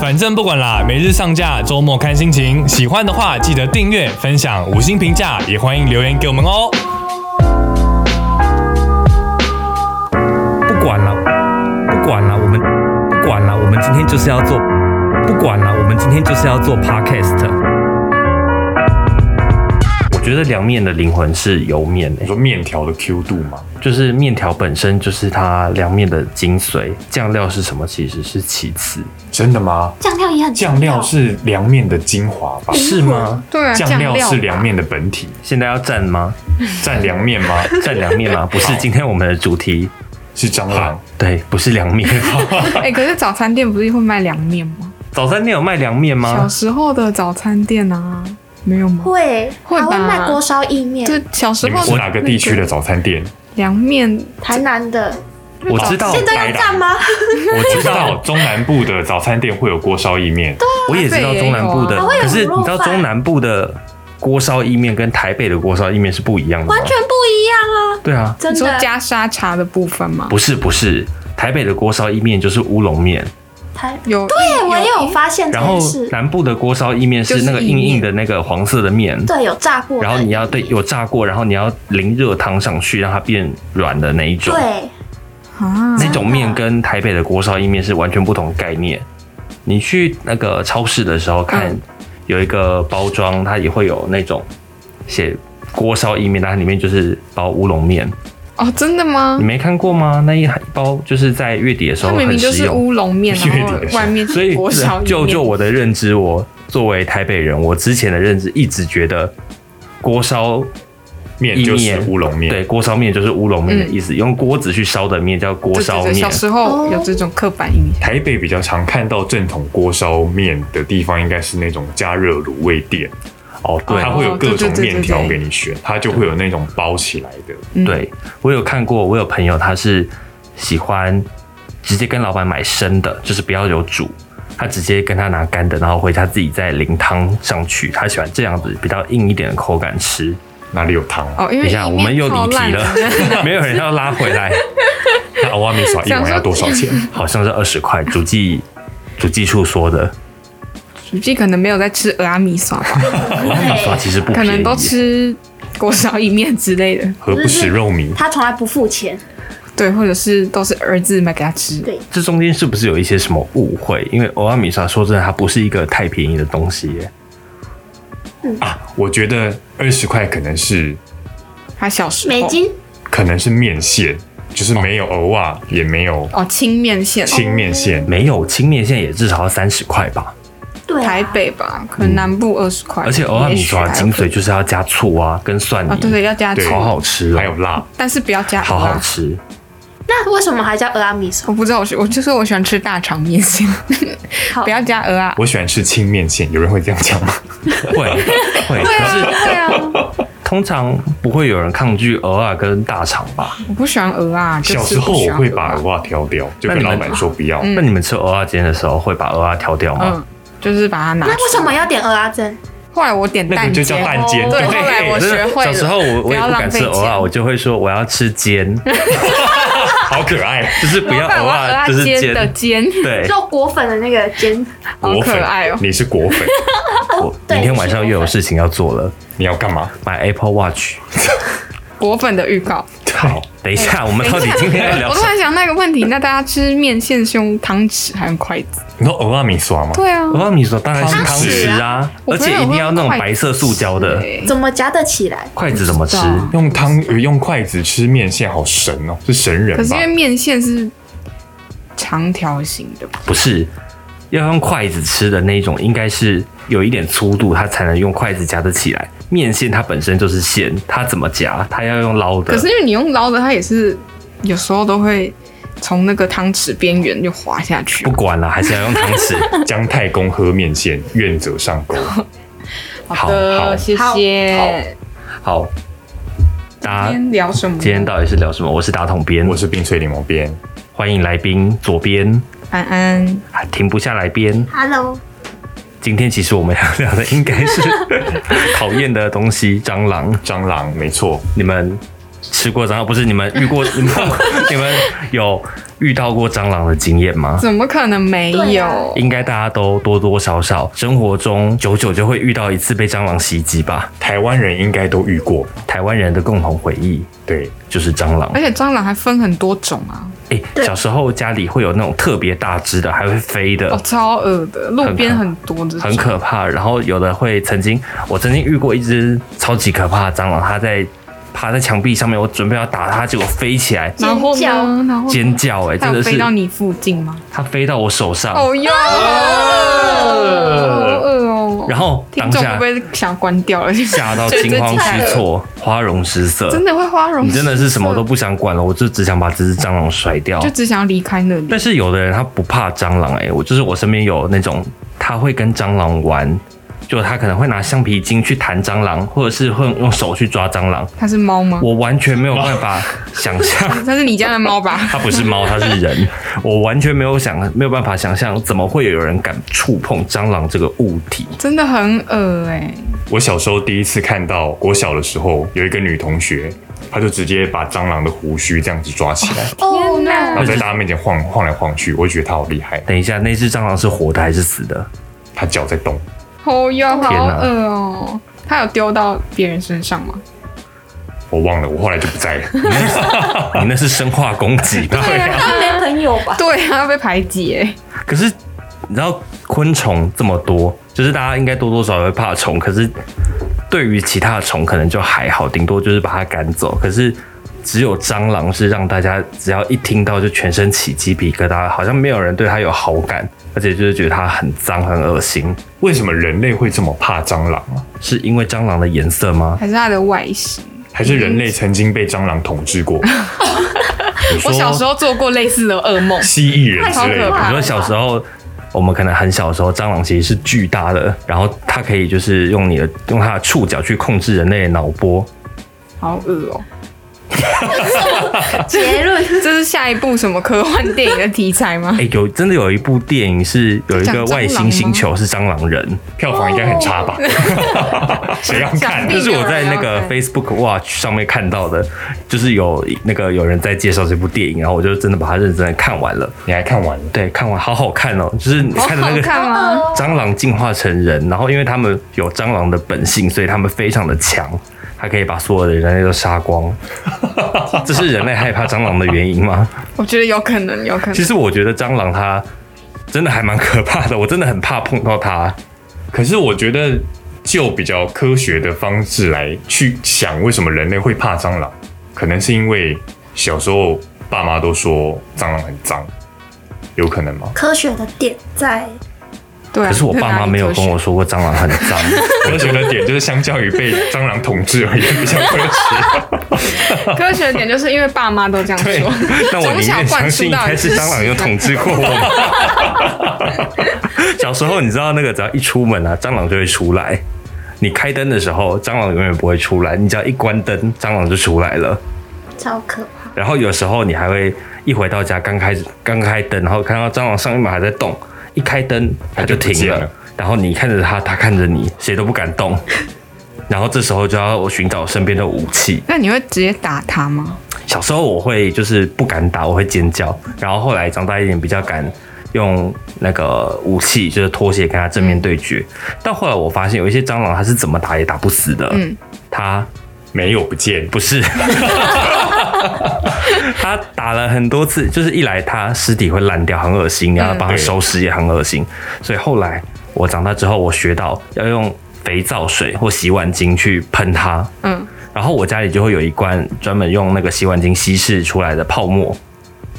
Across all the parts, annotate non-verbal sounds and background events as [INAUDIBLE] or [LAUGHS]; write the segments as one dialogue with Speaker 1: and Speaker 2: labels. Speaker 1: 反正不管啦，每日上架，周末看心情。喜欢的话记得订阅、分享、五星评价，也欢迎留言给我们哦。
Speaker 2: 不管了，不管了，我们不管了，我们今天就是要做，不管了，我们今天就是要做 podcast。
Speaker 3: 我觉得凉面的灵魂是油面诶、
Speaker 1: 你说面条的 Q 度吗？
Speaker 3: 就是面条本身就是它凉面的精髓，酱料是什么其实是其次，
Speaker 1: 真的吗？
Speaker 4: 酱料也很重要
Speaker 1: 酱料是凉面的精华
Speaker 4: 哎
Speaker 1: 吧？
Speaker 3: 是吗？
Speaker 5: 对啊，
Speaker 1: 酱料
Speaker 5: 吧
Speaker 1: 是凉面的本 [LAUGHS] 体，
Speaker 3: 现在要蘸吗？
Speaker 1: 蘸凉面吗？
Speaker 3: 蘸凉面
Speaker 4: [LAUGHS]
Speaker 3: 吗？不是，今天我们的主题
Speaker 1: 是蟑螂。 [LAUGHS]
Speaker 3: 对，不是凉
Speaker 4: [LAUGHS]
Speaker 3: 面。
Speaker 5: [LAUGHS] 哎、可是早餐店不是会卖凉面吗？
Speaker 3: 早餐店有卖凉面
Speaker 5: 小
Speaker 3: 吗？
Speaker 5: 时候的早餐店啊，没有吗？
Speaker 4: 会
Speaker 5: 会
Speaker 4: 还会
Speaker 5: 吧
Speaker 4: 卖锅烧意面，
Speaker 5: 就小时
Speaker 1: 你们
Speaker 5: 候
Speaker 1: 是哪个地区的早餐店？
Speaker 5: 凉面？
Speaker 4: 台南的，
Speaker 3: 我知道，
Speaker 4: 现在要蘸吗？
Speaker 1: 我知道
Speaker 4: [LAUGHS]
Speaker 1: 中南部的早餐店会有锅烧意面，
Speaker 3: 我也知道中南部的
Speaker 4: 台北也有啊，
Speaker 3: 可是
Speaker 4: 还会有卤肉
Speaker 3: 你知道
Speaker 4: 饭
Speaker 3: 中南部的锅烧意面跟台北的锅烧意面是不一样的吗
Speaker 4: 完？全不一样啊，
Speaker 3: 对啊，
Speaker 4: 真
Speaker 5: 你说
Speaker 4: 的。
Speaker 5: 加沙茶的部分吗？
Speaker 3: 不是不是，台北的锅烧意面就是乌龙面，
Speaker 4: 台
Speaker 5: 有
Speaker 4: 对，我也有发现这
Speaker 3: 然后
Speaker 4: 件事，
Speaker 3: 南部的锅烧意面是那个硬硬的那个黄色的面，
Speaker 4: 对，有炸过的，
Speaker 3: 然后你要对有炸过，然后你要淋热汤上去让它变软的那一种，
Speaker 4: 对
Speaker 5: 啊，
Speaker 3: 那种面跟台北的锅烧意面是完全不同概念。你去那个超市的时候看
Speaker 5: 嗯，
Speaker 3: 有一个包装，它也会有那种写锅烧意面，但它里面就是包乌龙面。
Speaker 5: 哦，真的吗
Speaker 3: 你？没看过吗？那一包就是在月底的时
Speaker 5: 它
Speaker 3: 候
Speaker 5: 明明
Speaker 3: 很
Speaker 5: 就
Speaker 3: 实
Speaker 5: 是
Speaker 3: 用，
Speaker 5: 乌龙面，
Speaker 1: [LAUGHS] 月底
Speaker 5: 然
Speaker 1: 的
Speaker 5: 后
Speaker 1: 时候
Speaker 5: 外
Speaker 3: [LAUGHS]
Speaker 5: 面
Speaker 3: 所
Speaker 5: 是
Speaker 3: 以
Speaker 5: 裹
Speaker 1: [LAUGHS]
Speaker 5: 小
Speaker 3: 就就
Speaker 5: 我
Speaker 3: 我的认知，我作为台北人，我之前的认知一直觉得锅烧
Speaker 1: 面就是乌龙面。
Speaker 3: 对，锅烧面就是乌龙面的意思，用锅子去烧的面叫锅烧面
Speaker 5: 小。时候有这种刻板印象，
Speaker 1: 台北比较常看到正统锅烧面的地方，应该是那种加热卤味店，
Speaker 3: 哦，对
Speaker 1: 它会有各种
Speaker 5: 对对对对
Speaker 1: 面条
Speaker 5: 对
Speaker 1: 给你选，它就会有那种包起来的。
Speaker 5: 嗯，
Speaker 3: 对，我有看过，我有朋友他是喜欢直接跟老板买生的，就是不要有煮，他直接跟他拿干的，然后回家自己再淋汤上去，他喜欢这样子比较硬一点的口感吃。
Speaker 1: 哪里有汤啊？
Speaker 5: 哦，因
Speaker 3: 等
Speaker 5: 为
Speaker 3: 一下，
Speaker 5: 里
Speaker 3: 我
Speaker 5: 面
Speaker 3: 们又
Speaker 5: 泡
Speaker 3: 离
Speaker 5: 烂
Speaker 3: 题了， [LAUGHS] 没有人要拉回来，
Speaker 1: [LAUGHS] 那欧阿米耍一碗要多少钱？
Speaker 3: 好像是二十块，主计主计处说的，
Speaker 5: 主记可能没有在吃俄阿米
Speaker 1: [LAUGHS]
Speaker 5: 耍吧，
Speaker 3: 说
Speaker 4: 对，
Speaker 3: 其实不
Speaker 5: 可
Speaker 3: 便
Speaker 5: 能
Speaker 3: 宜
Speaker 5: 都，吃锅烧意面之类的，
Speaker 1: 何不食肉
Speaker 5: 嗯
Speaker 1: 糜？
Speaker 4: 他从来不付钱，
Speaker 5: 对，或者是都是儿子买给他吃。
Speaker 4: 对，
Speaker 3: 这中间是不是有一些什么误会？因为欧阿米莎说真的，它不是一个太便宜的东西耶。
Speaker 1: 我觉得二十块可能是
Speaker 5: 他小时候
Speaker 4: 美金
Speaker 1: 可能是面线，就是没有偶啊，也没有
Speaker 5: 哦，清面线，
Speaker 1: 清面线。
Speaker 5: 哦
Speaker 3: 没有清面线也至少要三十块吧，
Speaker 4: 对啊
Speaker 5: 台北吧，可能南部二十块，
Speaker 3: 嗯而且欧阿米莎的精
Speaker 5: 精
Speaker 3: 髓就是要加醋啊，跟蒜泥，
Speaker 5: 啊，对对，哎要加醋
Speaker 1: 对，
Speaker 3: 好好吃、哦，
Speaker 1: 还有辣，
Speaker 5: 但是不要加
Speaker 3: 好
Speaker 5: 鹅啊
Speaker 3: 好吃，
Speaker 4: 那为什么还叫俄阿米索？
Speaker 5: 我不知道，我喜我就是我喜欢吃大肠面 [LAUGHS] 线，
Speaker 4: 好
Speaker 5: 不要加鹅啊。
Speaker 1: 我喜欢吃清面线。有人会这样讲吗？
Speaker 3: 会
Speaker 5: [LAUGHS]
Speaker 3: 会，可是
Speaker 5: 对啊，
Speaker 3: 通常不会有人抗拒偶尔跟大肠吧？
Speaker 5: 我不喜欢鹅啊。就
Speaker 1: 小
Speaker 5: 是
Speaker 1: 时候
Speaker 5: 不喜
Speaker 1: 我
Speaker 5: 欢
Speaker 1: 会
Speaker 5: 鹅
Speaker 1: 把
Speaker 5: 啊
Speaker 1: 偶啊挑掉，就
Speaker 3: 那
Speaker 1: 跟
Speaker 3: 你
Speaker 1: 老
Speaker 3: 们
Speaker 1: 板说不要。
Speaker 5: 嗯
Speaker 3: 那你们吃偶尔煎的时候会把偶尔挑掉吗？
Speaker 5: 嗯，就是把它拿出
Speaker 4: 那
Speaker 5: 来。
Speaker 4: 为什么要点俄阿珍？
Speaker 5: 后来我点
Speaker 1: 那
Speaker 5: 蛋
Speaker 1: 个就叫
Speaker 5: 煎，
Speaker 1: 蛋煎，
Speaker 5: 对后来我
Speaker 3: 真的
Speaker 5: 学会
Speaker 3: 小
Speaker 5: 了
Speaker 3: 时候我
Speaker 5: 不
Speaker 3: 我也
Speaker 5: 要
Speaker 3: 不
Speaker 5: 浪
Speaker 3: 敢
Speaker 5: 费
Speaker 3: 吃偶尔，
Speaker 5: 钱
Speaker 3: 我就会说我要吃煎，
Speaker 5: [LAUGHS]
Speaker 1: 好可爱。
Speaker 3: 就是不要
Speaker 5: 老板
Speaker 3: 偶
Speaker 5: 我要鹅
Speaker 3: 尔
Speaker 5: 啊
Speaker 3: 就是
Speaker 5: 煎的
Speaker 3: 煎，
Speaker 5: 煎，
Speaker 3: 对，
Speaker 4: 就果粉的那个煎，
Speaker 5: 好
Speaker 1: 果
Speaker 5: 可
Speaker 1: 粉
Speaker 5: 爱哦
Speaker 1: 你是果粉，
Speaker 3: 我
Speaker 4: 对
Speaker 3: 明天晚上
Speaker 4: 是
Speaker 3: 又有
Speaker 4: 果粉
Speaker 3: 事情要做了，
Speaker 1: 你要干
Speaker 5: [LAUGHS]
Speaker 1: 嘛？
Speaker 3: 买 Apple Watch。
Speaker 5: 果粉的预告。
Speaker 3: 好，等一
Speaker 5: 哎
Speaker 3: 下，我们到底今天要聊
Speaker 5: 我
Speaker 3: 什
Speaker 5: 突
Speaker 3: 么？
Speaker 5: 然想到一个问题，那大家吃面线是用汤匙还是筷子？
Speaker 1: 你说偶啊米刷吗？
Speaker 5: 对啊，
Speaker 3: 我告诉你说，当然是
Speaker 1: 汤匙
Speaker 3: 汤匙啊，而且一定要那种白色塑胶的
Speaker 4: 怎么夹得起来？
Speaker 3: 筷子，怎么吃？
Speaker 5: 欸不知道
Speaker 1: 用汤呃用筷子吃面线，好神哦，是神人
Speaker 5: 可是
Speaker 1: 吧
Speaker 5: 因为？面线是长条形的吧，
Speaker 3: 不是要用筷子吃的那种，应该是有一点粗度，它才能用筷子夹得起来。面线它本身就是线，它怎么夹？它要用捞的
Speaker 5: 可。是因为你用捞的，它也是有时候都会从那个汤匙边缘就滑下去
Speaker 3: 不。管了，还是要用汤
Speaker 5: [LAUGHS]
Speaker 3: 匙。
Speaker 1: 姜太公喝面线，愿者上钩。
Speaker 3: 好好
Speaker 5: 的，谢谢。
Speaker 3: 好，大
Speaker 5: 今
Speaker 3: 家
Speaker 5: 天聊什么？
Speaker 3: 今天到底是聊什么？我是打桶边，
Speaker 1: 我是冰水柠檬边，
Speaker 3: 欢迎来宾左边，
Speaker 5: 安安，
Speaker 3: 啊停不下来边。
Speaker 4: Hello，
Speaker 3: 今天其实我们要聊的 [LAUGHS] 应该是讨厌的东西——蟑螂。
Speaker 1: 蟑螂没错，
Speaker 3: 你们吃过蟑螂，不是你们遇
Speaker 5: [LAUGHS]
Speaker 3: 过，你们你们有遇到过蟑螂的经验吗？
Speaker 5: 怎么可能没
Speaker 4: 对啊
Speaker 5: 有？
Speaker 3: 应该大家都多多少少生活中久久就会遇到一次被蟑螂袭击吧。
Speaker 1: 台湾人应该都遇过，
Speaker 3: 台湾人的共同回忆
Speaker 1: 对，
Speaker 3: 就是蟑螂。
Speaker 5: 而且蟑螂还分很多种啊，
Speaker 3: 哎、
Speaker 4: 对
Speaker 3: 小时候家里会有那种特别大只的，还会飞的，
Speaker 5: 哦，超恶的，路边
Speaker 3: 很
Speaker 5: 很多这
Speaker 3: 很
Speaker 5: 种。
Speaker 3: 可怕。然后有的会曾经，我曾经遇过一只超级可怕的蟑螂，它在趴在墙壁上面，我准备要打它，结果飞起来
Speaker 5: 然后
Speaker 4: 尖叫
Speaker 5: 呢？然后
Speaker 3: 尖叫、哎，
Speaker 5: 它
Speaker 3: 真
Speaker 5: 有
Speaker 3: 的
Speaker 5: 飞
Speaker 3: 是
Speaker 5: 到你附近吗？
Speaker 3: 它飞到我手上，
Speaker 5: 哦哟，好恶哦！
Speaker 3: 然后
Speaker 5: 听
Speaker 3: 当
Speaker 5: 众会
Speaker 3: 下
Speaker 5: 不会想关掉了？
Speaker 3: 吓到惊慌失措，花容失色，
Speaker 5: [LAUGHS] 真的会花容
Speaker 3: 你
Speaker 5: 失色，
Speaker 3: 真的是什么都不想管了，我就只想把这只蟑螂甩掉
Speaker 5: 就。只想要离开那里
Speaker 3: 但。是有的人他不怕蟑螂、哎，我就是我身边有那种他会跟蟑螂玩，就他可能会拿橡皮筋去弹蟑螂，或者是会用手去抓蟑螂。
Speaker 5: 它是猫吗？
Speaker 3: 我完全没有办法想象，
Speaker 5: 它是你家的猫吧？ [LAUGHS]
Speaker 3: 它不是猫，它是人。我完全没有想，没有办法想象怎么会有人敢触碰蟑螂这个物体。
Speaker 5: 真的很恶哎！
Speaker 1: 我小时候第一次看到，我小的时候有一个女同学，她就直接把蟑螂的胡须这样子抓
Speaker 5: [LAUGHS]
Speaker 1: 起来，
Speaker 4: 哦，
Speaker 1: 然
Speaker 4: 那
Speaker 1: 后在大家面前晃晃来晃去，我就觉得她好厉害，
Speaker 3: 等一下，那只蟑螂是活的还是死的？
Speaker 1: 她脚在动，
Speaker 5: 哦哟，
Speaker 3: 天
Speaker 5: 好
Speaker 3: 哪
Speaker 5: 恶哦！它有丢到别人身上吗？
Speaker 1: 我忘了，我后来就不在了。
Speaker 5: [LAUGHS]
Speaker 3: 你那是生化攻击吧？
Speaker 5: 啊
Speaker 4: 他没朋友吧？
Speaker 5: 对啊，被排挤哎！
Speaker 3: [LAUGHS] 可是你知道昆虫这么多，就是大家应该多多少少会怕虫，可是对于其他的虫可能就还好，顶多就是把它赶走。可是只有蟑螂是让大家只要一听到就全身起鸡皮疙瘩，好像没有人对它有好感，而且就是觉得它很脏很恶心，
Speaker 1: 为什么人类会这么怕蟑螂啊？
Speaker 3: 是因为蟑螂的颜色吗？
Speaker 5: 还是它的外形？
Speaker 1: 还是人类
Speaker 5: 嗯
Speaker 1: 曾经被蟑螂统治过？
Speaker 3: 你说
Speaker 5: 我小时候做过类似的噩梦，
Speaker 1: 蜥蜴人之类
Speaker 5: 太可
Speaker 1: 的
Speaker 5: 怕，
Speaker 3: 你说小时候，我们可能很小的时候，蟑螂其实是巨大的，然后它可以就是用你的用它的触角去控制人类的脑波。
Speaker 5: 好恶哦！
Speaker 4: 结 [LAUGHS] 论
Speaker 5: 这是下一部什么科幻电影的题材吗
Speaker 3: [LAUGHS] 哎、？有真的有一部电影是有一个外星星球是蟑螂人，
Speaker 1: 票房应该很差吧？ [LAUGHS] 谁要看
Speaker 5: 哦 [LAUGHS] 想？必
Speaker 3: 这是我在那
Speaker 5: 有
Speaker 3: 个
Speaker 5: 人要看
Speaker 3: Facebook Watch 上面看到的，就是有那个有人在介绍这部电影，然后我就真的把它认真的看完了。
Speaker 1: 你还看完了？
Speaker 3: 对，看完好好看哦，就是你
Speaker 5: 好
Speaker 3: 看的那
Speaker 5: 好
Speaker 3: 个
Speaker 5: 看吗？
Speaker 3: 蟑螂进化成人，然后因为他们有蟑螂的本性，所以他们非常的强，它可以把所有的人类都杀光。这是人类害怕蟑螂的原因吗？
Speaker 5: 我觉得有可能，有可
Speaker 3: 其
Speaker 5: 能。
Speaker 3: 实我觉得蟑螂它真的还蛮可怕的，我真的很怕碰到它。
Speaker 1: 可是我觉得，就比较科学的方式来去想，为什么人类会怕蟑螂？可能是因为小时候爸妈都说蟑螂很脏，有可能
Speaker 5: [LAUGHS]
Speaker 1: 吗？
Speaker 4: 科学的点在
Speaker 5: 对啊，
Speaker 3: 可是我爸妈没有跟我说过蟑螂很脏，
Speaker 1: 科学的点就是相较于被蟑螂统治而言比较科学。
Speaker 5: 科学的点就是因为爸妈都这样
Speaker 3: [LAUGHS] 对
Speaker 5: 说，，
Speaker 3: 那我宁愿相信应该是蟑螂有统治过我吧。 [LAUGHS] 小时候你知道那个，只要一出门啊，蟑螂就会出来。你开灯的时候，蟑螂永远不会出来，你只要一关灯，蟑螂就出来了。
Speaker 4: 超可怕。
Speaker 3: 然后有时候你还会一回到家，刚开始刚开灯，然后看到蟑螂上一秒还在动，一开灯它
Speaker 1: 它
Speaker 3: 就
Speaker 1: 就不
Speaker 3: 停
Speaker 1: 见
Speaker 3: 了，
Speaker 1: 了
Speaker 3: 然后你看着它，它看着你，谁都不敢动。然后这时候就要寻找身边的武器。
Speaker 5: 那你会直接打他吗？
Speaker 3: 小时候我会就是不敢打，我会尖叫，然后后来长大一点比较敢用那个武器，就是拖鞋跟它正面对决。到后来我发现有一些蟑螂它是怎么打也打不死的，
Speaker 5: 嗯
Speaker 3: 它
Speaker 1: 没有不见，
Speaker 3: 不是，他打了很多次，就是一来他尸体会烂掉，很恶心，然后帮他收尸也很恶心，所以后来我长大之后，我学到要用肥皂水或洗碗巾去喷它，
Speaker 5: 嗯，
Speaker 3: 然后我家里就会有一罐专门用那个洗碗巾稀释出来的泡沫，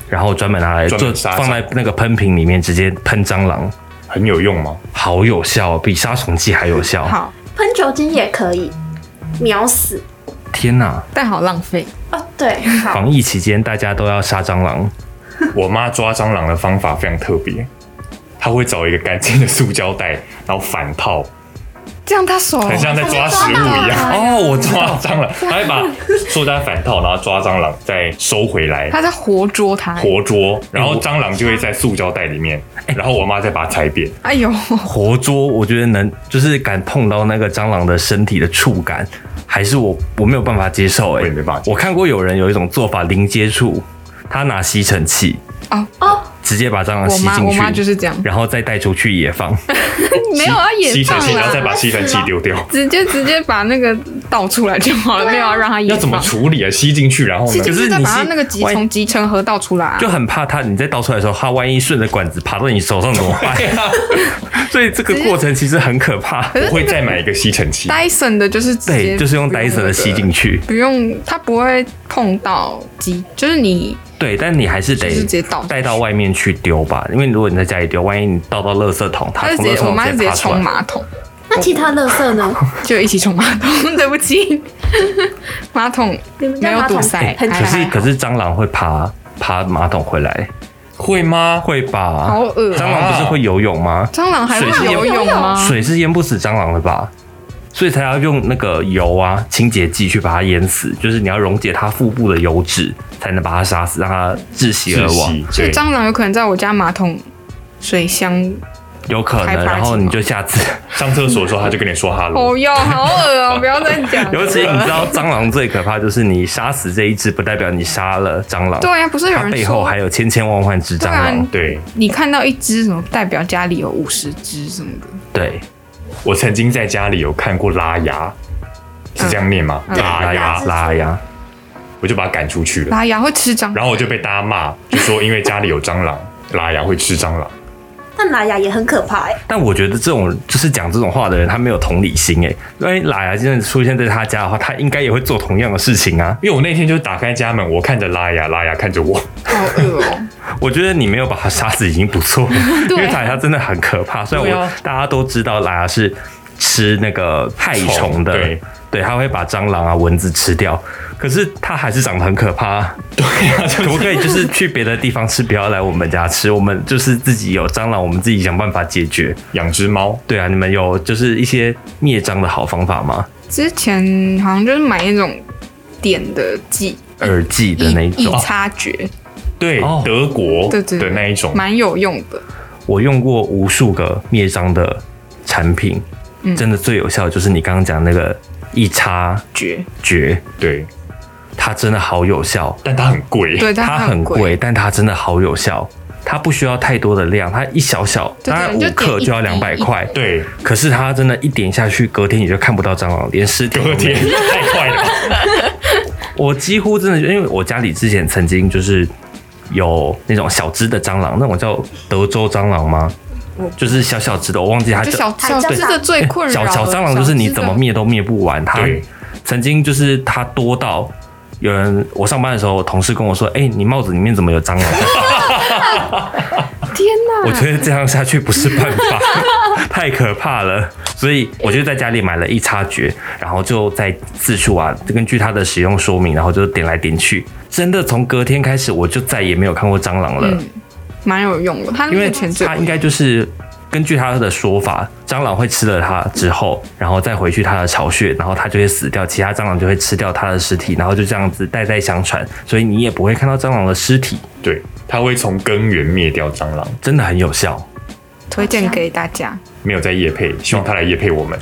Speaker 3: 然后专门拿来
Speaker 1: 专
Speaker 3: 做
Speaker 1: 门杀
Speaker 3: 放在那个喷瓶里面直接喷蟑螂，
Speaker 1: 很有用吗？
Speaker 3: 好有效哦，比杀虫剂还有效。
Speaker 5: 好，
Speaker 4: 喷酒精也可以秒死
Speaker 3: 天哪！
Speaker 5: 但好浪费。
Speaker 4: 哦，对，好，
Speaker 3: 防疫期间大家都要杀蟑螂，
Speaker 1: 我妈抓蟑螂的方法非常特别，她会找一个干净的塑胶袋，然后反泡，
Speaker 5: 这样他手
Speaker 1: 很像在抓食物一样。
Speaker 3: 哦，我知
Speaker 1: 抓蟑螂，她会把塑胶袋反套，然后抓蟑螂，再收回来。
Speaker 5: 他在活捉他、
Speaker 1: 活捉，然后蟑螂就会在塑胶袋里面，然后我妈再把它踩扁。
Speaker 5: 哎呦，
Speaker 3: 活捉，我觉得能就是敢碰到那个蟑螂的身体的触感，还是我我没有办法接受、
Speaker 1: 我
Speaker 3: 欸。
Speaker 1: 也没办法接受
Speaker 3: 我看过有人有一种做法，零接触，他拿吸尘器
Speaker 4: 哦，
Speaker 3: 直接把蟑螂
Speaker 5: 我
Speaker 3: 吸
Speaker 5: 妈
Speaker 3: 进
Speaker 5: 我
Speaker 3: 去，
Speaker 5: 妈就是这样，
Speaker 3: 然后再带出去野放。
Speaker 5: 没有啊，也
Speaker 1: 吸尘
Speaker 5: 放
Speaker 1: 器，然后
Speaker 5: 了，
Speaker 1: 再把吸尘器丢掉，
Speaker 5: 直接直接把那个倒出来就好了，
Speaker 3: 啊
Speaker 5: 没有要让它
Speaker 1: 要
Speaker 5: 也
Speaker 1: 怎么
Speaker 5: 放。
Speaker 1: 处理啊？吸进去，然后
Speaker 5: 其
Speaker 1: 呢
Speaker 5: 实？
Speaker 3: 可是
Speaker 5: 再
Speaker 3: 你
Speaker 5: 把它
Speaker 3: 是
Speaker 5: 那个集
Speaker 3: 万一
Speaker 5: 从集成河倒出来啊，
Speaker 3: 就很怕它，你在倒出来的时候，它万一顺着管子爬到你手上怎么办？所以这个过程其实很可怕。
Speaker 1: 我会再买一个吸尘器。
Speaker 5: Dyson 的就是直接
Speaker 3: 对，就是用
Speaker 5: 不那
Speaker 3: Dyson
Speaker 5: 个
Speaker 3: 的吸进去。
Speaker 5: 不用，它不会碰到鸡，就是你
Speaker 3: 对，但你还是
Speaker 5: 就
Speaker 3: 得
Speaker 5: 是直接倒，
Speaker 3: 带到外面去丢吧，因为如果你在家里丢，万一你倒到垃圾桶，
Speaker 5: 它
Speaker 3: 它
Speaker 5: 是直
Speaker 3: 啊从垃圾桶
Speaker 5: 接我妈是直接
Speaker 3: 爬出
Speaker 5: 冲
Speaker 3: 来。
Speaker 5: 马桶，
Speaker 4: 那其他垃圾呢？
Speaker 5: 就一起冲马桶。对不起，马桶
Speaker 4: 你们
Speaker 5: 没
Speaker 4: 家
Speaker 5: 有
Speaker 4: 马
Speaker 5: 堵
Speaker 4: 桶
Speaker 5: 塞，
Speaker 4: 很啊
Speaker 3: 可
Speaker 5: 还
Speaker 3: 是
Speaker 5: 还
Speaker 3: 可是蟑螂会爬爬马桶回来，
Speaker 1: 会吗？
Speaker 3: 会吧？
Speaker 5: 好恶
Speaker 3: 蟑螂不是会游泳吗？
Speaker 5: 蟑螂还
Speaker 3: 啊水是
Speaker 5: 会
Speaker 3: 淹
Speaker 5: 游泳吗？
Speaker 3: 水是淹不死蟑螂的吧？所以才要用那个油啊、清洁剂去把它淹死，就是你要溶解它腹部的油脂，才能把它杀死，让它窒息而
Speaker 1: 窒
Speaker 3: 亡。
Speaker 1: 息，
Speaker 5: 所以
Speaker 1: 对，
Speaker 5: 蟑螂有可能在我家马桶水箱。
Speaker 3: 有可
Speaker 5: 开
Speaker 3: 能，
Speaker 5: 发
Speaker 3: 然后
Speaker 5: 期吗
Speaker 3: 你就下次， [LAUGHS]。
Speaker 1: 上厕所的时候他就跟你说哈喽，
Speaker 5: 哦哟，好恶哦！不要再讲
Speaker 3: 尤其你知道蟑螂最可怕就是你杀死这一只，不代表你杀了蟑螂，
Speaker 5: 对呀、啊不是有
Speaker 3: 它
Speaker 5: 人
Speaker 3: 背后
Speaker 5: 说啊
Speaker 3: 还有千千万万只蟑螂。
Speaker 1: 对
Speaker 5: 你看到一只什么，代表家里有五十只什么的。
Speaker 3: 对，
Speaker 1: 我曾经在家里有看过拉牙，是这样念吗？
Speaker 5: 嗯
Speaker 1: 拉牙，
Speaker 3: 拉哎呀，
Speaker 1: 我就把它赶出去了，
Speaker 5: 拉牙会吃蟑螂，
Speaker 1: 然后我就被大家骂，就说因为家里有蟑螂，拉牙会吃蟑螂。
Speaker 4: 但蓝牙也很可怕哎、
Speaker 3: 但我觉得这种就是讲这种话的人，他没有同理心哎、因为拉雅真的出现在他家的话，他应该也会做同样的事情啊。
Speaker 1: 因为我那天就是打开家门，我看着拉牙，拉牙看着我，
Speaker 5: 好恶哦。
Speaker 3: 我觉得你没有把它杀死已经不错
Speaker 1: [LAUGHS]
Speaker 3: 了，因
Speaker 5: 对
Speaker 3: 为拉雅真的很可怕。虽然我、
Speaker 1: 对啊
Speaker 3: 大家都知道拉雅是吃那个害虫的，
Speaker 1: 对
Speaker 3: 对，它会把蟑螂啊、蚊子吃掉，可是它还是长得很可怕。啊
Speaker 1: 对呀、
Speaker 3: 可
Speaker 1: 就是
Speaker 3: 不可以就是去别的地方吃，不要来我们家吃？我们就是自己有蟑螂，我们自己想办法解决。
Speaker 1: 养只猫，
Speaker 3: 对啊，你们有就是一些灭蟑的好方法吗？
Speaker 5: 之前好像就是买那种点的剂，
Speaker 3: 耳剂的那一
Speaker 5: 易
Speaker 3: 种，
Speaker 5: 察觉，
Speaker 1: 对，
Speaker 3: 哦
Speaker 1: 德国
Speaker 5: 对对对
Speaker 1: 的那一种，
Speaker 5: 蛮有用的。
Speaker 3: 我用过无数个灭蟑的产品，
Speaker 5: 嗯
Speaker 3: 真的最有效的就是你刚刚讲那个一插
Speaker 5: 觉，
Speaker 3: 绝，
Speaker 1: 对，
Speaker 3: 它真的好有效，
Speaker 1: 但它很贵，
Speaker 5: 对，但
Speaker 3: 它很贵，，但它真的好有效。它不需要太多的量，它一小小，
Speaker 5: 对
Speaker 3: 当然
Speaker 5: 你
Speaker 3: 五
Speaker 5: 就点
Speaker 3: 克
Speaker 5: 一
Speaker 3: 就要两
Speaker 5: 滴
Speaker 3: 百
Speaker 5: 一滴
Speaker 3: 块，
Speaker 1: 对，
Speaker 3: 可是它真的，一点下去，隔天你就看不到蟑螂，连尸体都
Speaker 1: [LAUGHS] 隔
Speaker 3: 没
Speaker 1: 天
Speaker 3: 有。
Speaker 1: 太快了， [LAUGHS]
Speaker 3: 我几乎真的，因为我家里之前曾经就是有那种小只的蟑螂，那种叫德州蟑螂吗？就是小小只的，我忘记它
Speaker 5: 就
Speaker 3: 叫
Speaker 5: 小
Speaker 4: 还
Speaker 5: 小
Speaker 4: 叫
Speaker 5: 只的最困扰
Speaker 3: 小
Speaker 5: 了。
Speaker 3: 小蟑螂，就是你怎么灭都灭不完。它
Speaker 1: 对
Speaker 3: 曾经就是它多到有人，我上班的时候，我同事跟我说：“哎、你帽子里面怎么有蟑螂？” [LAUGHS]
Speaker 5: 小只的？天哪！
Speaker 3: 我觉得这样下去不是办法， [LAUGHS] 太可怕了。所以我就在家里买了一插绝，然后就在四处啊，根据它的使用说明，然后就点来点去。真的从隔天开始，我就再也没有看过蟑螂了，
Speaker 5: 嗯，蛮有用的。它
Speaker 3: 因
Speaker 5: 目
Speaker 3: 为
Speaker 5: 前最
Speaker 3: 它应该就是根据它的说法，蟑螂会吃了它之后，然后再回去它的巢穴，然后它就会死掉，其他蟑螂就会吃掉它的尸体，然后就这样子代代相传，所以你也不会看到蟑螂的尸体，
Speaker 1: 对，它会从根源灭掉蟑螂，
Speaker 3: 真的很有效。
Speaker 5: 推荐给大家。
Speaker 1: 没有在夜配，希望它来夜配
Speaker 5: [LAUGHS]
Speaker 1: 我们。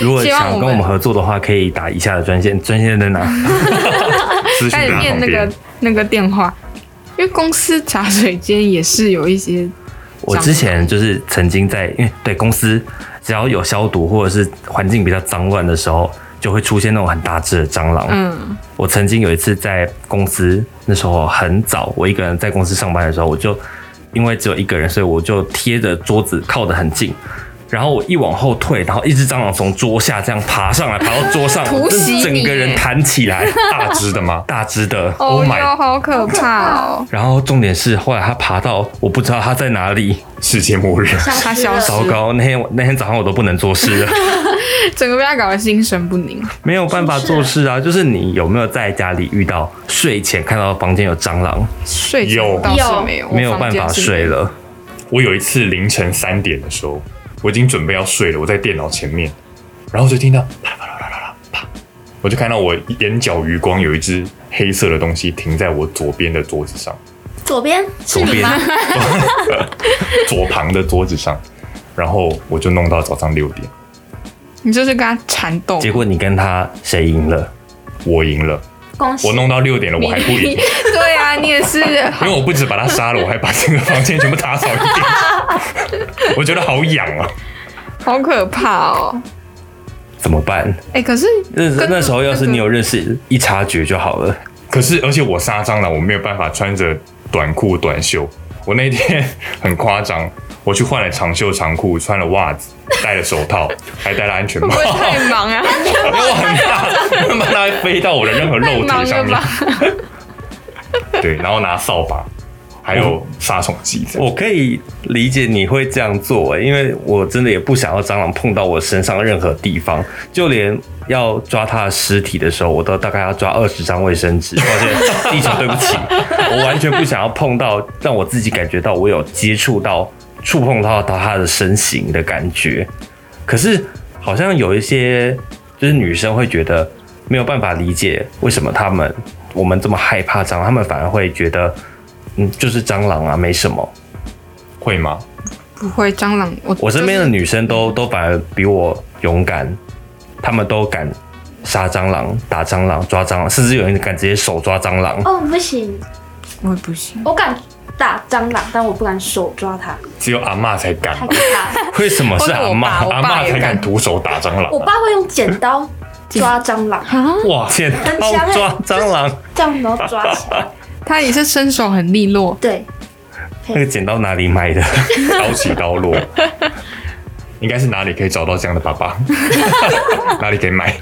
Speaker 3: 如果
Speaker 5: 希望
Speaker 3: 想
Speaker 5: 我
Speaker 3: 跟
Speaker 5: 们
Speaker 3: 我们合作的话，可以打以下的专线，专线
Speaker 5: [LAUGHS]
Speaker 3: 在哪？
Speaker 1: 资讯
Speaker 5: 开始
Speaker 1: 栏
Speaker 5: 念
Speaker 1: 旁
Speaker 5: 那
Speaker 1: 边
Speaker 5: 个，那个电话，因为公司茶水间也是有一些
Speaker 3: 我之前就是曾经在，因为对公司只要有消毒或者是环境比较脏乱的时候，就会出现那种很大只的蟑螂。
Speaker 5: 嗯
Speaker 3: 我曾经有一次在公司，那时候很早，我一个人在公司上班的时候，我就因为只有一个人，所以我就贴着桌子靠得很近。然后我一往后退，然后一只蟑螂从桌下这样爬上来，爬到桌上，
Speaker 5: [LAUGHS] 突袭
Speaker 3: 我
Speaker 5: 你
Speaker 3: 整个人
Speaker 5: 耶
Speaker 3: 弹起来，
Speaker 1: 大只的吗？
Speaker 3: 大只的。
Speaker 5: [LAUGHS]
Speaker 3: ，Oh
Speaker 5: 哦哟，好可怕
Speaker 3: [LAUGHS]
Speaker 5: 哦！
Speaker 3: 然后重点是，后来他爬到我不知道他在哪里，
Speaker 1: 世界末日， [LAUGHS]
Speaker 5: 它
Speaker 4: 像
Speaker 5: 消失
Speaker 3: 糟糕！那天我那天早上我都不能做事了，
Speaker 5: [LAUGHS] 整个被他搞得心神不宁。
Speaker 3: 没有办法做事啊。就是你有没有在家里遇到睡前看到房间有蟑螂，
Speaker 5: 睡着
Speaker 1: 有
Speaker 5: 倒是没有，
Speaker 3: 没有
Speaker 5: 我房
Speaker 3: 办
Speaker 5: 间
Speaker 3: 法
Speaker 5: 是
Speaker 3: 睡了？
Speaker 1: 我有一次凌晨三点的时候，我已经准备要睡了，我在电脑前面，然后就听到啪啦啪啦啪啦啪啦啪，我就看到我眼角余光有一只黑色的东西停在我左边的桌子上， [LAUGHS]
Speaker 4: 左边是你吗？
Speaker 1: 左旁的桌子上，然后我就弄到早上六点，
Speaker 5: 你就是跟他缠斗，
Speaker 3: 结果你跟他谁赢了？
Speaker 1: 我赢了，
Speaker 4: 恭喜
Speaker 1: 我！弄到六点了，我还不 [LAUGHS] 赢，
Speaker 5: 对啊，你也是，
Speaker 1: 因为我不止把他杀了，我还把整个房间全部打扫一遍， [LAUGHS] 我觉得好痒啊！
Speaker 5: 好可怕哦。
Speaker 3: 怎么办？
Speaker 5: 哎、可是
Speaker 3: 那
Speaker 5: 跟
Speaker 3: 那时候要是你有认识一察觉就好了。
Speaker 1: 可是，而且我杀蟑螂，我没有办法穿着短裤短袖。我那天很夸张，我去换了长袖长裤，穿了袜子，戴了手套，还戴了安全帽 [LAUGHS]
Speaker 5: 会不。会
Speaker 3: [LAUGHS]
Speaker 5: 太忙啊？
Speaker 1: 因为我很怕，我很怕它会飞到我的任何肉体上
Speaker 5: 太忙了
Speaker 1: 面。对，然后拿扫把，还有杀虫剂这样。
Speaker 3: 我可以理解你会这样做、欸，因为我真的也不想要蟑螂碰到我身上任何地方，就连要抓它的尸体的时候，我都大概要抓二十张卫生纸。抱歉，地球，对不起，我完全不想要碰到，让 [LAUGHS] 我自己感觉到我有接触到、触碰到到它的身形的感觉。可是好像有一些就是女生会觉得没有办法理解为什么他们我们这么害怕蟑螂，他们反而会觉得。嗯，就是蟑螂啊，没什么。
Speaker 1: 会吗？
Speaker 5: 不会，蟑螂，我
Speaker 3: 我身边的
Speaker 5: 就是
Speaker 3: 女生都都反而比我勇敢，她们都敢杀蟑螂、打蟑螂、抓蟑螂，甚至有人敢直接手抓蟑螂。
Speaker 4: 哦，不行，
Speaker 5: 我也不行，
Speaker 4: 我敢打蟑螂，但我不敢手抓它，
Speaker 1: 只有阿嬷才敢
Speaker 4: 太，可怕了。
Speaker 3: 为什么是阿
Speaker 5: 或者
Speaker 3: 妈
Speaker 5: 我？
Speaker 1: 阿
Speaker 5: 爸
Speaker 1: 嬷
Speaker 5: 也
Speaker 1: 才敢
Speaker 5: 敢
Speaker 1: 徒手打蟑螂。
Speaker 4: [LAUGHS]
Speaker 1: 啊
Speaker 4: 我爸会用剪刀抓蟑螂，
Speaker 5: 啊
Speaker 3: 哇，剪
Speaker 5: 欸
Speaker 3: 刀抓蟑螂，
Speaker 4: 这样然后抓起来。
Speaker 5: 他也是身手很利
Speaker 3: [LAUGHS]
Speaker 5: 落，
Speaker 4: 对，
Speaker 3: 那个剪刀哪里买
Speaker 5: [LAUGHS]
Speaker 3: 的？
Speaker 1: 刀起刀落，应该是哪里可以找到这样的爸爸？ [LAUGHS] 哪里可以买？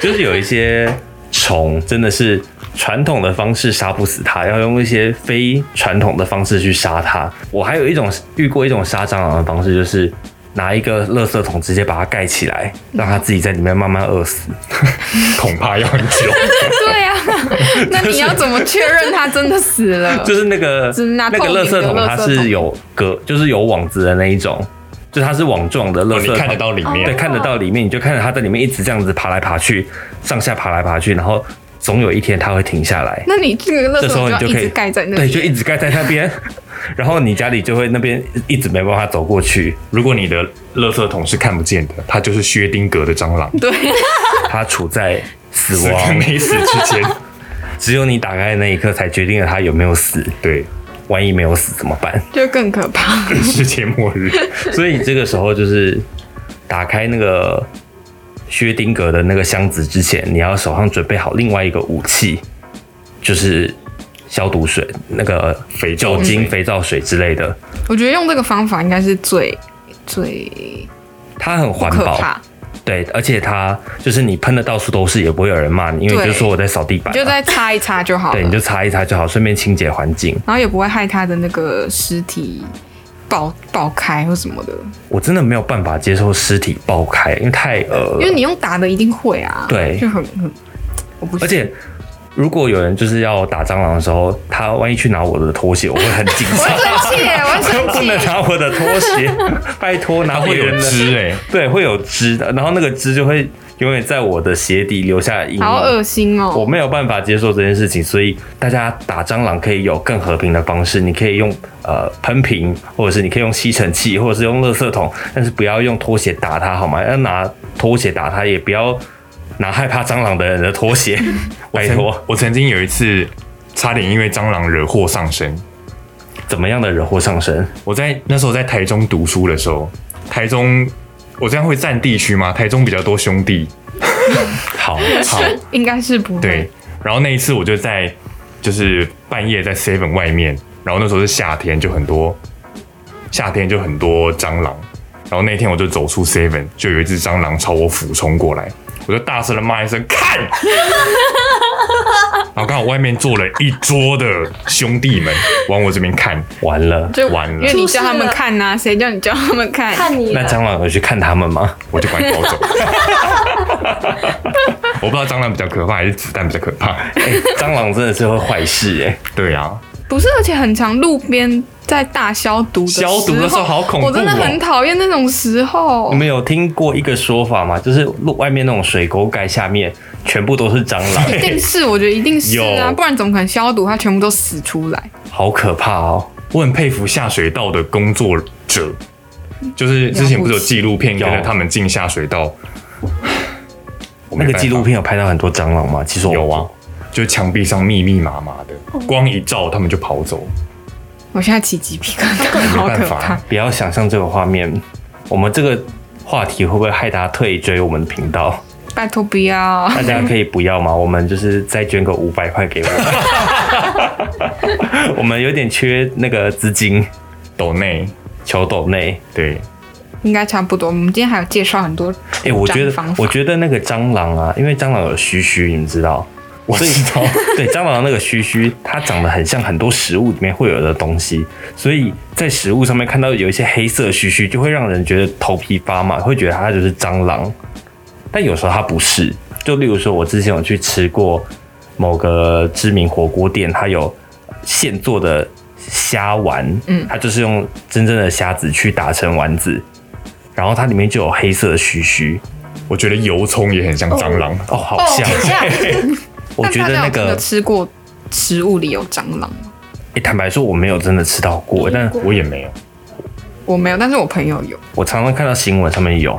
Speaker 3: 就是有一些虫真的是传统的方式杀不死它，要用一些非传统的方式去杀它。我还有一种遇过一种杀蟑螂的方式，就是拿一个垃圾桶直接把它盖起来，让它自己在里面慢慢饿死。
Speaker 5: 啊
Speaker 1: 恐怕要很久。
Speaker 5: 对啊，那你要怎么确认他真的死了？
Speaker 3: 就是那个
Speaker 5: 只拿
Speaker 3: 那个
Speaker 5: 透明
Speaker 3: 垃圾
Speaker 5: 的
Speaker 3: 桶，
Speaker 5: 垃圾
Speaker 3: 它
Speaker 5: 桶
Speaker 3: 是有隔，就是有网子的那一种，就它是网状的垃
Speaker 1: 哦
Speaker 3: 圾
Speaker 1: 你
Speaker 3: 桶，
Speaker 1: 看得到里
Speaker 3: 对，
Speaker 1: 面，
Speaker 3: 看得到里面，你就看着它在里面一直这样子爬来爬去，上下爬来爬去，然后总有一天它会停下来，
Speaker 5: 那你 [LAUGHS] 这个垃
Speaker 3: 这
Speaker 5: 圾
Speaker 3: 时候
Speaker 5: 桶
Speaker 3: 你
Speaker 5: 要
Speaker 3: 就
Speaker 5: 一
Speaker 3: 可以
Speaker 5: 直盖在那
Speaker 3: 对，
Speaker 5: 里，
Speaker 3: 就一直盖在那边，然后你家里就会那边一直没办法走过去，
Speaker 1: 如果你的垃圾桶是看不见的，它就是薛丁格的蟑螂，
Speaker 5: 对，
Speaker 3: 它处在死
Speaker 1: 死跟
Speaker 3: 亡，
Speaker 1: 没死之间。
Speaker 3: 只有你打开的那一刻才决定了它有没有死，
Speaker 1: 对，
Speaker 3: 万一没有死怎么办？
Speaker 5: 就更可怕。
Speaker 1: [LAUGHS] 世界末 [LAUGHS] 日。
Speaker 3: 所以这个时候就是打开那个薛丁格的那个箱子之前，你要手上准备好另外一个武器，就是消毒水、那个
Speaker 1: 肥皂
Speaker 3: 酒精、
Speaker 1: 水
Speaker 3: 肥皂水之类的。
Speaker 5: 我觉得用这个方法应该是最最
Speaker 3: 它很环
Speaker 5: 可
Speaker 3: 保，
Speaker 5: 怕，
Speaker 3: 对，而且它就是你喷的到处都是，也不会有人骂你，因为
Speaker 5: 对
Speaker 3: 你就说我在扫地板
Speaker 5: 你
Speaker 3: 啊、
Speaker 5: 就哦再擦一擦就好了
Speaker 3: 对，你，就擦一擦就好，顺便清洁环境。
Speaker 5: 然后也不会害他的那个尸体爆爆开或什么的，
Speaker 3: 我真的没有办法接受尸体爆开，因为太呃恶了。
Speaker 5: 因为你用打的一定会啊，
Speaker 3: 对
Speaker 5: 就很很，我不
Speaker 3: 而
Speaker 5: 行，
Speaker 3: 且如果有人就是要打蟑螂的时候，他万一去拿我的拖鞋，我会很紧
Speaker 5: [LAUGHS] 我
Speaker 3: 张。
Speaker 5: 会生气耶，我会生
Speaker 3: 不能 [LAUGHS]
Speaker 5: 气，
Speaker 3: 拿我的拖鞋， [LAUGHS] 拜托拿
Speaker 1: 它
Speaker 3: 别
Speaker 1: 会有
Speaker 3: 人的，
Speaker 1: 汁哎、
Speaker 3: 对，会有汁的，然后那个汁就会永远在我的鞋底留下阴
Speaker 5: 好
Speaker 3: 影。
Speaker 5: 恶心
Speaker 3: 我
Speaker 5: 哦，
Speaker 3: 没有办法接受这件事情，所以大家打蟑螂可以有更和平的方式，你可以用呃喷瓶，或者是你可以用吸尘器，或者是用垃圾桶，但是不要用拖鞋打它，好吗？要拿拖鞋打它，也不要拿害怕蟑螂的人的拖 [LAUGHS] 鞋，哎拜托。
Speaker 1: 我曾经有一次差点因为蟑螂惹祸上身。
Speaker 3: 怎么样的惹祸上身？
Speaker 1: 我在那时候在台中读书的时候，台中我这样会占地区吗？台中比较多兄弟， [LAUGHS]
Speaker 3: 好，
Speaker 1: 好，
Speaker 5: 应该是不会，
Speaker 1: 对，然后那一次我就在就是半夜在 Seven 外面，然后那时候是夏天，就很多夏天就很多蟑螂。然后那天我就走出 Seven，就有一只蟑螂朝我俯冲过来，我就大声的骂一声“看”， [LAUGHS] 然后刚好外面坐了一桌的兄弟们往我这边看，
Speaker 3: 完了，
Speaker 5: 就
Speaker 1: 完了
Speaker 5: 因为你叫他们看呐、谁叫你叫他们看？
Speaker 4: 看你
Speaker 3: 那
Speaker 4: 了。
Speaker 3: 蟑螂有去看他们吗？
Speaker 1: 我就赶紧跑走。我不知道蟑螂比较可怕还是子弹比较可怕。
Speaker 3: 哎、蟑螂真的是会坏事哎、
Speaker 1: 对啊，
Speaker 5: 不是，而且很常路边在大消毒的
Speaker 3: 消毒的时候好恐怖哦
Speaker 5: 我真的很讨厌那种时候
Speaker 3: 你。们有听过一个说法吗？就是路外面那种水沟盖下面全部都是蟑 [LAUGHS]
Speaker 5: 一
Speaker 3: 螂，
Speaker 5: 定是，我觉得一定是啊，
Speaker 1: 有
Speaker 5: 不然怎么可能消毒它全部都死出来？
Speaker 3: 好可怕哦！
Speaker 1: 我很佩服下水道的工作者，就是之前不是有纪录片，
Speaker 3: 有
Speaker 1: 原来他们进下水道，我
Speaker 3: 那
Speaker 1: 没办
Speaker 3: 个
Speaker 1: 法
Speaker 3: 纪录片有拍到很多蟑螂吗？其实我
Speaker 1: 有啊，，就是墙壁上密密麻麻的，光一照他们就跑走，
Speaker 5: 我现在起鸡皮疙
Speaker 3: [LAUGHS]
Speaker 5: 瘩，
Speaker 1: 没
Speaker 5: 好
Speaker 1: 办
Speaker 5: 可
Speaker 1: 法
Speaker 5: 怕。。
Speaker 3: 不要想象这个画面。我们这个话题会不会害大家退追我们的频
Speaker 1: [LAUGHS]
Speaker 3: 道？
Speaker 5: 拜托不要，
Speaker 3: 大家可以不要吗？我们就是再捐个五百块给我们，
Speaker 1: [LAUGHS]
Speaker 3: 我们 [LAUGHS] 有点缺那个资金，
Speaker 1: 斗内
Speaker 3: 求斗内。
Speaker 1: 对，
Speaker 5: 应该差不多。我们今天还有介绍很多
Speaker 3: 哎、我觉
Speaker 5: 蟑
Speaker 3: 得
Speaker 5: 螂，
Speaker 3: 我觉得那个蟑螂啊，因为蟑螂有须须，你们知道，我知道， [LAUGHS] 对，蟑螂那个须须，它长得很像很多食物里面会有的东西，所以在食物上面看到有一些黑色须须，就会让人觉得头皮发麻，会觉得它就是蟑螂，但有时候它不是。就例如说，我之前有去吃过某个知名火锅店，它有现做的虾丸，
Speaker 5: 嗯
Speaker 3: 它就是用真正的虾子去打成丸子，然后它里面就有黑色的须须，
Speaker 1: 我觉得油葱也很像蟑螂，
Speaker 3: 哦，好
Speaker 5: 哦
Speaker 3: 像，
Speaker 4: 这样
Speaker 3: [LAUGHS] 我觉得那
Speaker 5: 但大家有真
Speaker 3: 个
Speaker 5: 的，吃过食物里有蟑螂吗？
Speaker 3: 诶坦白说我没有真的吃到过，但
Speaker 1: 我也没有。
Speaker 5: 我没有，但是我朋友有，
Speaker 3: 我常常看到新闻上面有，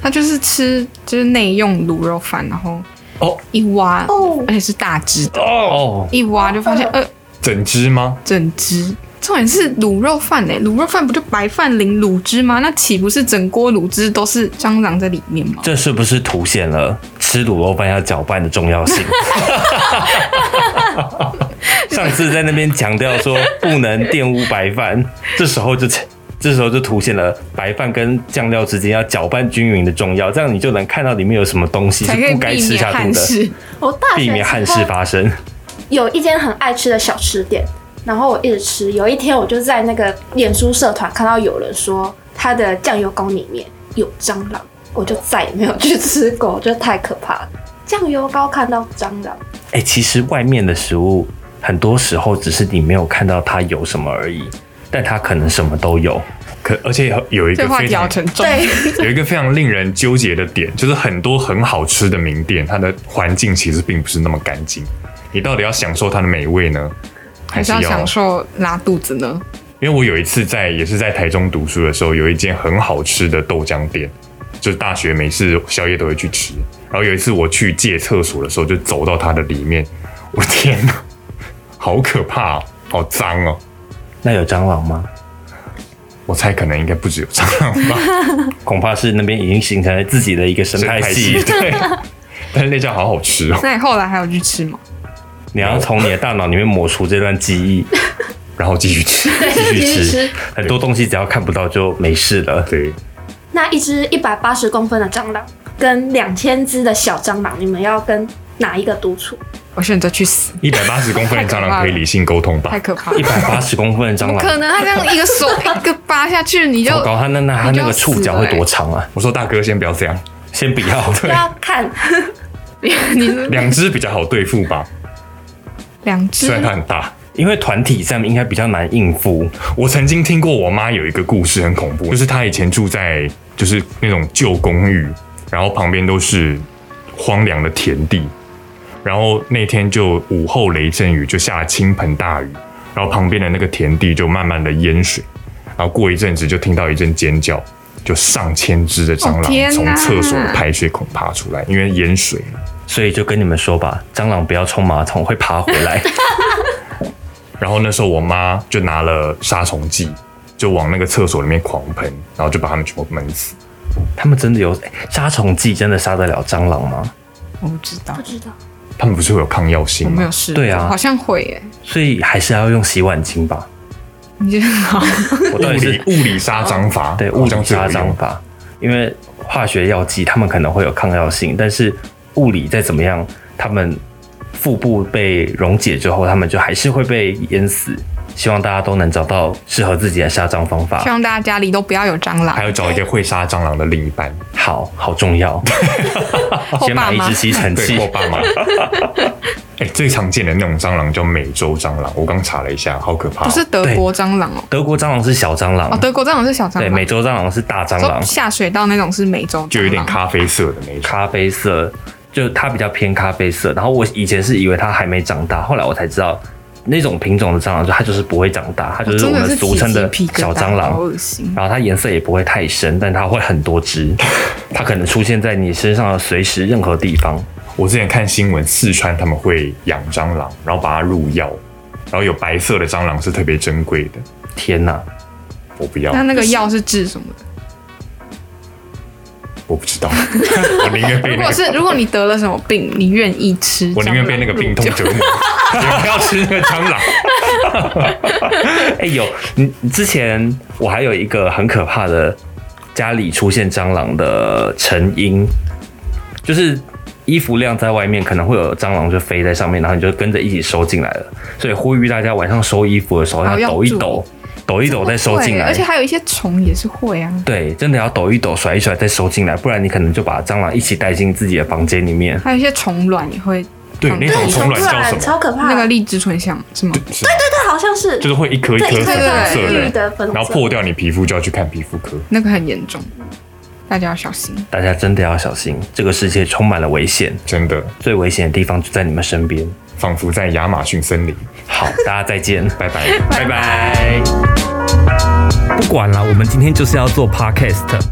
Speaker 5: 他就是吃就是内用卤肉饭，然后
Speaker 1: 哦
Speaker 5: 一挖，
Speaker 4: 哦
Speaker 5: 而，且是大只的，
Speaker 3: 哦，
Speaker 5: 一挖就发现呃
Speaker 1: 整只吗？
Speaker 5: 整只。重点是卤肉饭嘞、卤肉饭不就白饭淋卤汁吗？那岂不是整锅卤汁都是蟑螂在里面吗？
Speaker 3: 这是不是凸显了吃卤肉饭要搅拌的重要性？ [LAUGHS] 上次在那边强调说不能玷污白饭，这时候就这时候就凸显了白饭跟酱料之间要搅拌均匀的重要，这样你就能看到里面有什么东西是
Speaker 5: 才可以
Speaker 3: 不该
Speaker 5: 避
Speaker 3: 吃
Speaker 5: 免
Speaker 3: 下肚
Speaker 5: 汉
Speaker 3: 的，
Speaker 5: 室。
Speaker 4: 我大
Speaker 3: 避
Speaker 4: 学
Speaker 3: 免
Speaker 4: 的
Speaker 3: 憾
Speaker 4: 时
Speaker 3: 事
Speaker 4: 候
Speaker 3: 发生。
Speaker 4: 有一间很爱吃的小吃店，然后我一直吃。有一天我就在那个脸书社团看到有人说他的酱油膏里面有蟑螂，我就再也没有去吃过，我觉得太可怕了。酱油膏看到蟑螂，
Speaker 3: 哎、其实外面的食物很多时候只是你没有看到它有什么而已，但它可能什么都有。
Speaker 1: 可而且有一
Speaker 5: 这
Speaker 1: 个
Speaker 5: 话
Speaker 1: 非
Speaker 5: 题好
Speaker 1: 常
Speaker 5: 沉重。
Speaker 4: 对，
Speaker 1: 有一个非常令人纠结的点，就是很多很好吃的名店，它的环境其实并不是那么干净。你到底要享受它的美味呢，
Speaker 5: 还
Speaker 1: 还是
Speaker 5: 是要
Speaker 1: 要
Speaker 5: 享受拉肚子呢？
Speaker 1: 因为我有一次在也是在台中读书的时候，有一间很好吃的豆浆店，就是大学每次宵夜都会去吃。然后有一次我去借厕所的时候，就走到它的里面，我天哪， [LAUGHS] 好可怕、哦，好脏哦！
Speaker 3: 那有蟑螂吗？
Speaker 1: 我猜可能应该不只有蟑螂吧，
Speaker 3: 恐怕是那边已经形成了自己的一个生态系。
Speaker 1: 对。 [LAUGHS] 但是那家好好吃哦。
Speaker 5: 那你后来还有去吃吗？
Speaker 3: [LAUGHS] 你要从你的大脑里面抹除这段记
Speaker 5: [LAUGHS]
Speaker 3: 忆，
Speaker 1: 然后继续吃，
Speaker 3: 继续
Speaker 4: 继续
Speaker 3: 吃
Speaker 4: 吃。
Speaker 3: [LAUGHS] 很多东西只要看不到就没事了。
Speaker 1: [LAUGHS] 对，
Speaker 4: 那一只一百八十公分的蟑螂跟两千只的小蟑螂，你们要跟哪一个独处？
Speaker 5: 我选择去死，
Speaker 1: 一百八十公分的蟑螂可以理性沟通吧
Speaker 5: 太？可怕了
Speaker 3: 一。百八十公分的
Speaker 5: 怎
Speaker 3: 蟑
Speaker 5: 么可
Speaker 3: 螂，
Speaker 5: 能？他这样一
Speaker 3: [LAUGHS]
Speaker 5: 个手一个扒下去，你就
Speaker 3: 糟糕，它那那它
Speaker 5: 你就
Speaker 3: 那
Speaker 5: 要欸
Speaker 3: 个触角会多长啊？
Speaker 1: 我说大哥，先不要这样，
Speaker 3: 先不
Speaker 5: [LAUGHS]
Speaker 3: 要，
Speaker 4: 就
Speaker 5: 啊
Speaker 4: 要看
Speaker 5: [LAUGHS] 你是
Speaker 1: 两只比较好对付 [LAUGHS] 吧，
Speaker 5: 两
Speaker 1: 虽
Speaker 5: 只
Speaker 3: 啊
Speaker 1: 然它很大。
Speaker 3: [LAUGHS] 因为团体战应该比较难应付。
Speaker 1: 我曾经听过我妈有一个故事很恐怖，就是她以前住在就是那种旧公寓，然后旁边都是荒凉的田地，然后那天就午后雷阵雨，就下了倾盆大雨，然后旁边的那个田地就慢慢的淹水，然后过一阵子就听到一阵尖叫，就上千只的蟑
Speaker 5: 哦天
Speaker 1: 螂从
Speaker 5: 哪
Speaker 1: 厕所的排水孔爬出来，因为淹水了。
Speaker 3: 所以就跟你们说吧，蟑螂不要冲马桶，会爬回来。
Speaker 1: 然后那时候我妈就拿了杀虫剂，就往那个厕所里面狂喷，然后就把它们全部闷死。
Speaker 3: 他们真的有欸杀虫剂，真的杀得了蟑螂吗？
Speaker 5: 我不知道
Speaker 4: 不，知道。
Speaker 1: 它们不是会有抗药
Speaker 5: 我
Speaker 1: 性
Speaker 5: 没有
Speaker 1: 吗？
Speaker 5: 试。
Speaker 3: 对啊
Speaker 5: 好像会耶。
Speaker 3: 所以还是要用洗碗巾吧。[LAUGHS]
Speaker 5: 你就好，
Speaker 3: 我
Speaker 1: 物
Speaker 3: 到底
Speaker 1: 理
Speaker 3: 是
Speaker 1: 物理杀蟑法，
Speaker 3: 哦对物
Speaker 1: 好
Speaker 3: 理
Speaker 1: 像最有
Speaker 3: 杀
Speaker 1: 用
Speaker 3: 蟑法，因为化学药剂它们可能会有抗药性，但是物理再怎么样，它们腹部被溶解之后，它们就还是会被淹死。希望大家都能找到适合自己的杀蟑方法
Speaker 5: 希，望大家家里都不要有蟑
Speaker 1: 还
Speaker 5: 螂。
Speaker 1: 有找一个会杀蟑螂的另一半，
Speaker 3: 好好重
Speaker 5: [LAUGHS]
Speaker 3: 要。
Speaker 5: 后
Speaker 3: 先
Speaker 5: 爸
Speaker 3: 买一
Speaker 5: 妈
Speaker 3: 支，吸尘
Speaker 1: 对，
Speaker 3: 器
Speaker 1: 或，爸妈。 [LAUGHS] 哎、最常见的那种蟑螂叫美洲蟑螂，我刚查了一下，好可怕、
Speaker 5: 不是德国蟑螂哦。
Speaker 3: 德国蟑螂是小蟑螂，
Speaker 5: 哦，德国蟑螂是小蟑
Speaker 3: 对，
Speaker 5: 螂，
Speaker 3: 美洲蟑螂是大蟑螂
Speaker 5: 说。下水道那种是美洲蟑螂，
Speaker 1: 就有点咖啡色的那种。
Speaker 3: 咖啡色，就它比较偏咖啡色。然后我以前是以为它还没长大，后来我才知道那种品种的蟑螂，就它就是不会长大，它就是我
Speaker 5: 哦真
Speaker 3: 们
Speaker 5: 是
Speaker 3: 俗称的
Speaker 5: 起鸡皮疙瘩
Speaker 3: 小蟑
Speaker 5: 好
Speaker 3: 螂。哦
Speaker 5: 恶心。
Speaker 3: 然后它颜色也不会太深，但它会很多只，它可能出现在你身上的随时任何地方。
Speaker 1: 我之前看新闻，四川他们会养蟑螂，然后把它入药，然后有白色的蟑螂是特别珍贵的。
Speaker 3: 天哪，
Speaker 1: 我不要，
Speaker 5: 那那个药是治什么的？
Speaker 1: 我不知道， [LAUGHS] 我宁愿被
Speaker 5: [LAUGHS] 如
Speaker 1: 那
Speaker 5: 果
Speaker 1: 个，
Speaker 5: 是如果你得了什么病，你愿意吃？
Speaker 1: 我宁愿被那个病痛。
Speaker 5: [LAUGHS]
Speaker 1: 折磨，也不要吃那个蟑螂。
Speaker 3: 哎、有你你之前我还有一个很可怕的家里出现蟑螂的成因，就是衣服晾在外面，可能会有蟑螂就飞在上面，然后你就跟着一起收进来了。所以呼吁大家晚上收衣服的时候
Speaker 5: 哦
Speaker 3: 要
Speaker 5: 要
Speaker 3: 抖一
Speaker 5: 注意
Speaker 3: 抖，抖一抖再收进
Speaker 5: 对，
Speaker 3: 来
Speaker 5: 而且。还有一些虫也是会啊。
Speaker 3: 对，真的要抖一抖、甩一甩再收进来，不然你可能就把蟑螂一起带进自己的房间里面。
Speaker 5: 还有一些虫卵也会，
Speaker 1: 对，
Speaker 5: 嗯
Speaker 1: 那种虫卵叫什么？
Speaker 4: 超可怕。
Speaker 5: 那个荔枝醇香是吗？
Speaker 1: 是吗
Speaker 4: 对，好像是
Speaker 1: 就是会一颗一颗
Speaker 4: 对
Speaker 1: 粉
Speaker 4: 一颗一颗
Speaker 1: 红
Speaker 5: 对
Speaker 1: 色
Speaker 5: 对
Speaker 4: 对粉红色
Speaker 1: 然后破掉你皮肤就要去看皮肤科。
Speaker 5: 那个很严重，大家要小心。
Speaker 3: 大家真的要小心，这个世界充满了危险，
Speaker 1: 真的，
Speaker 3: 最危险的地方就在你们身边。
Speaker 1: 仿佛在亚马逊森林。
Speaker 3: 好， [LAUGHS] 大家再见，
Speaker 1: 拜拜。
Speaker 3: 拜拜。
Speaker 2: 不管了，我们今天就是要做 podcast。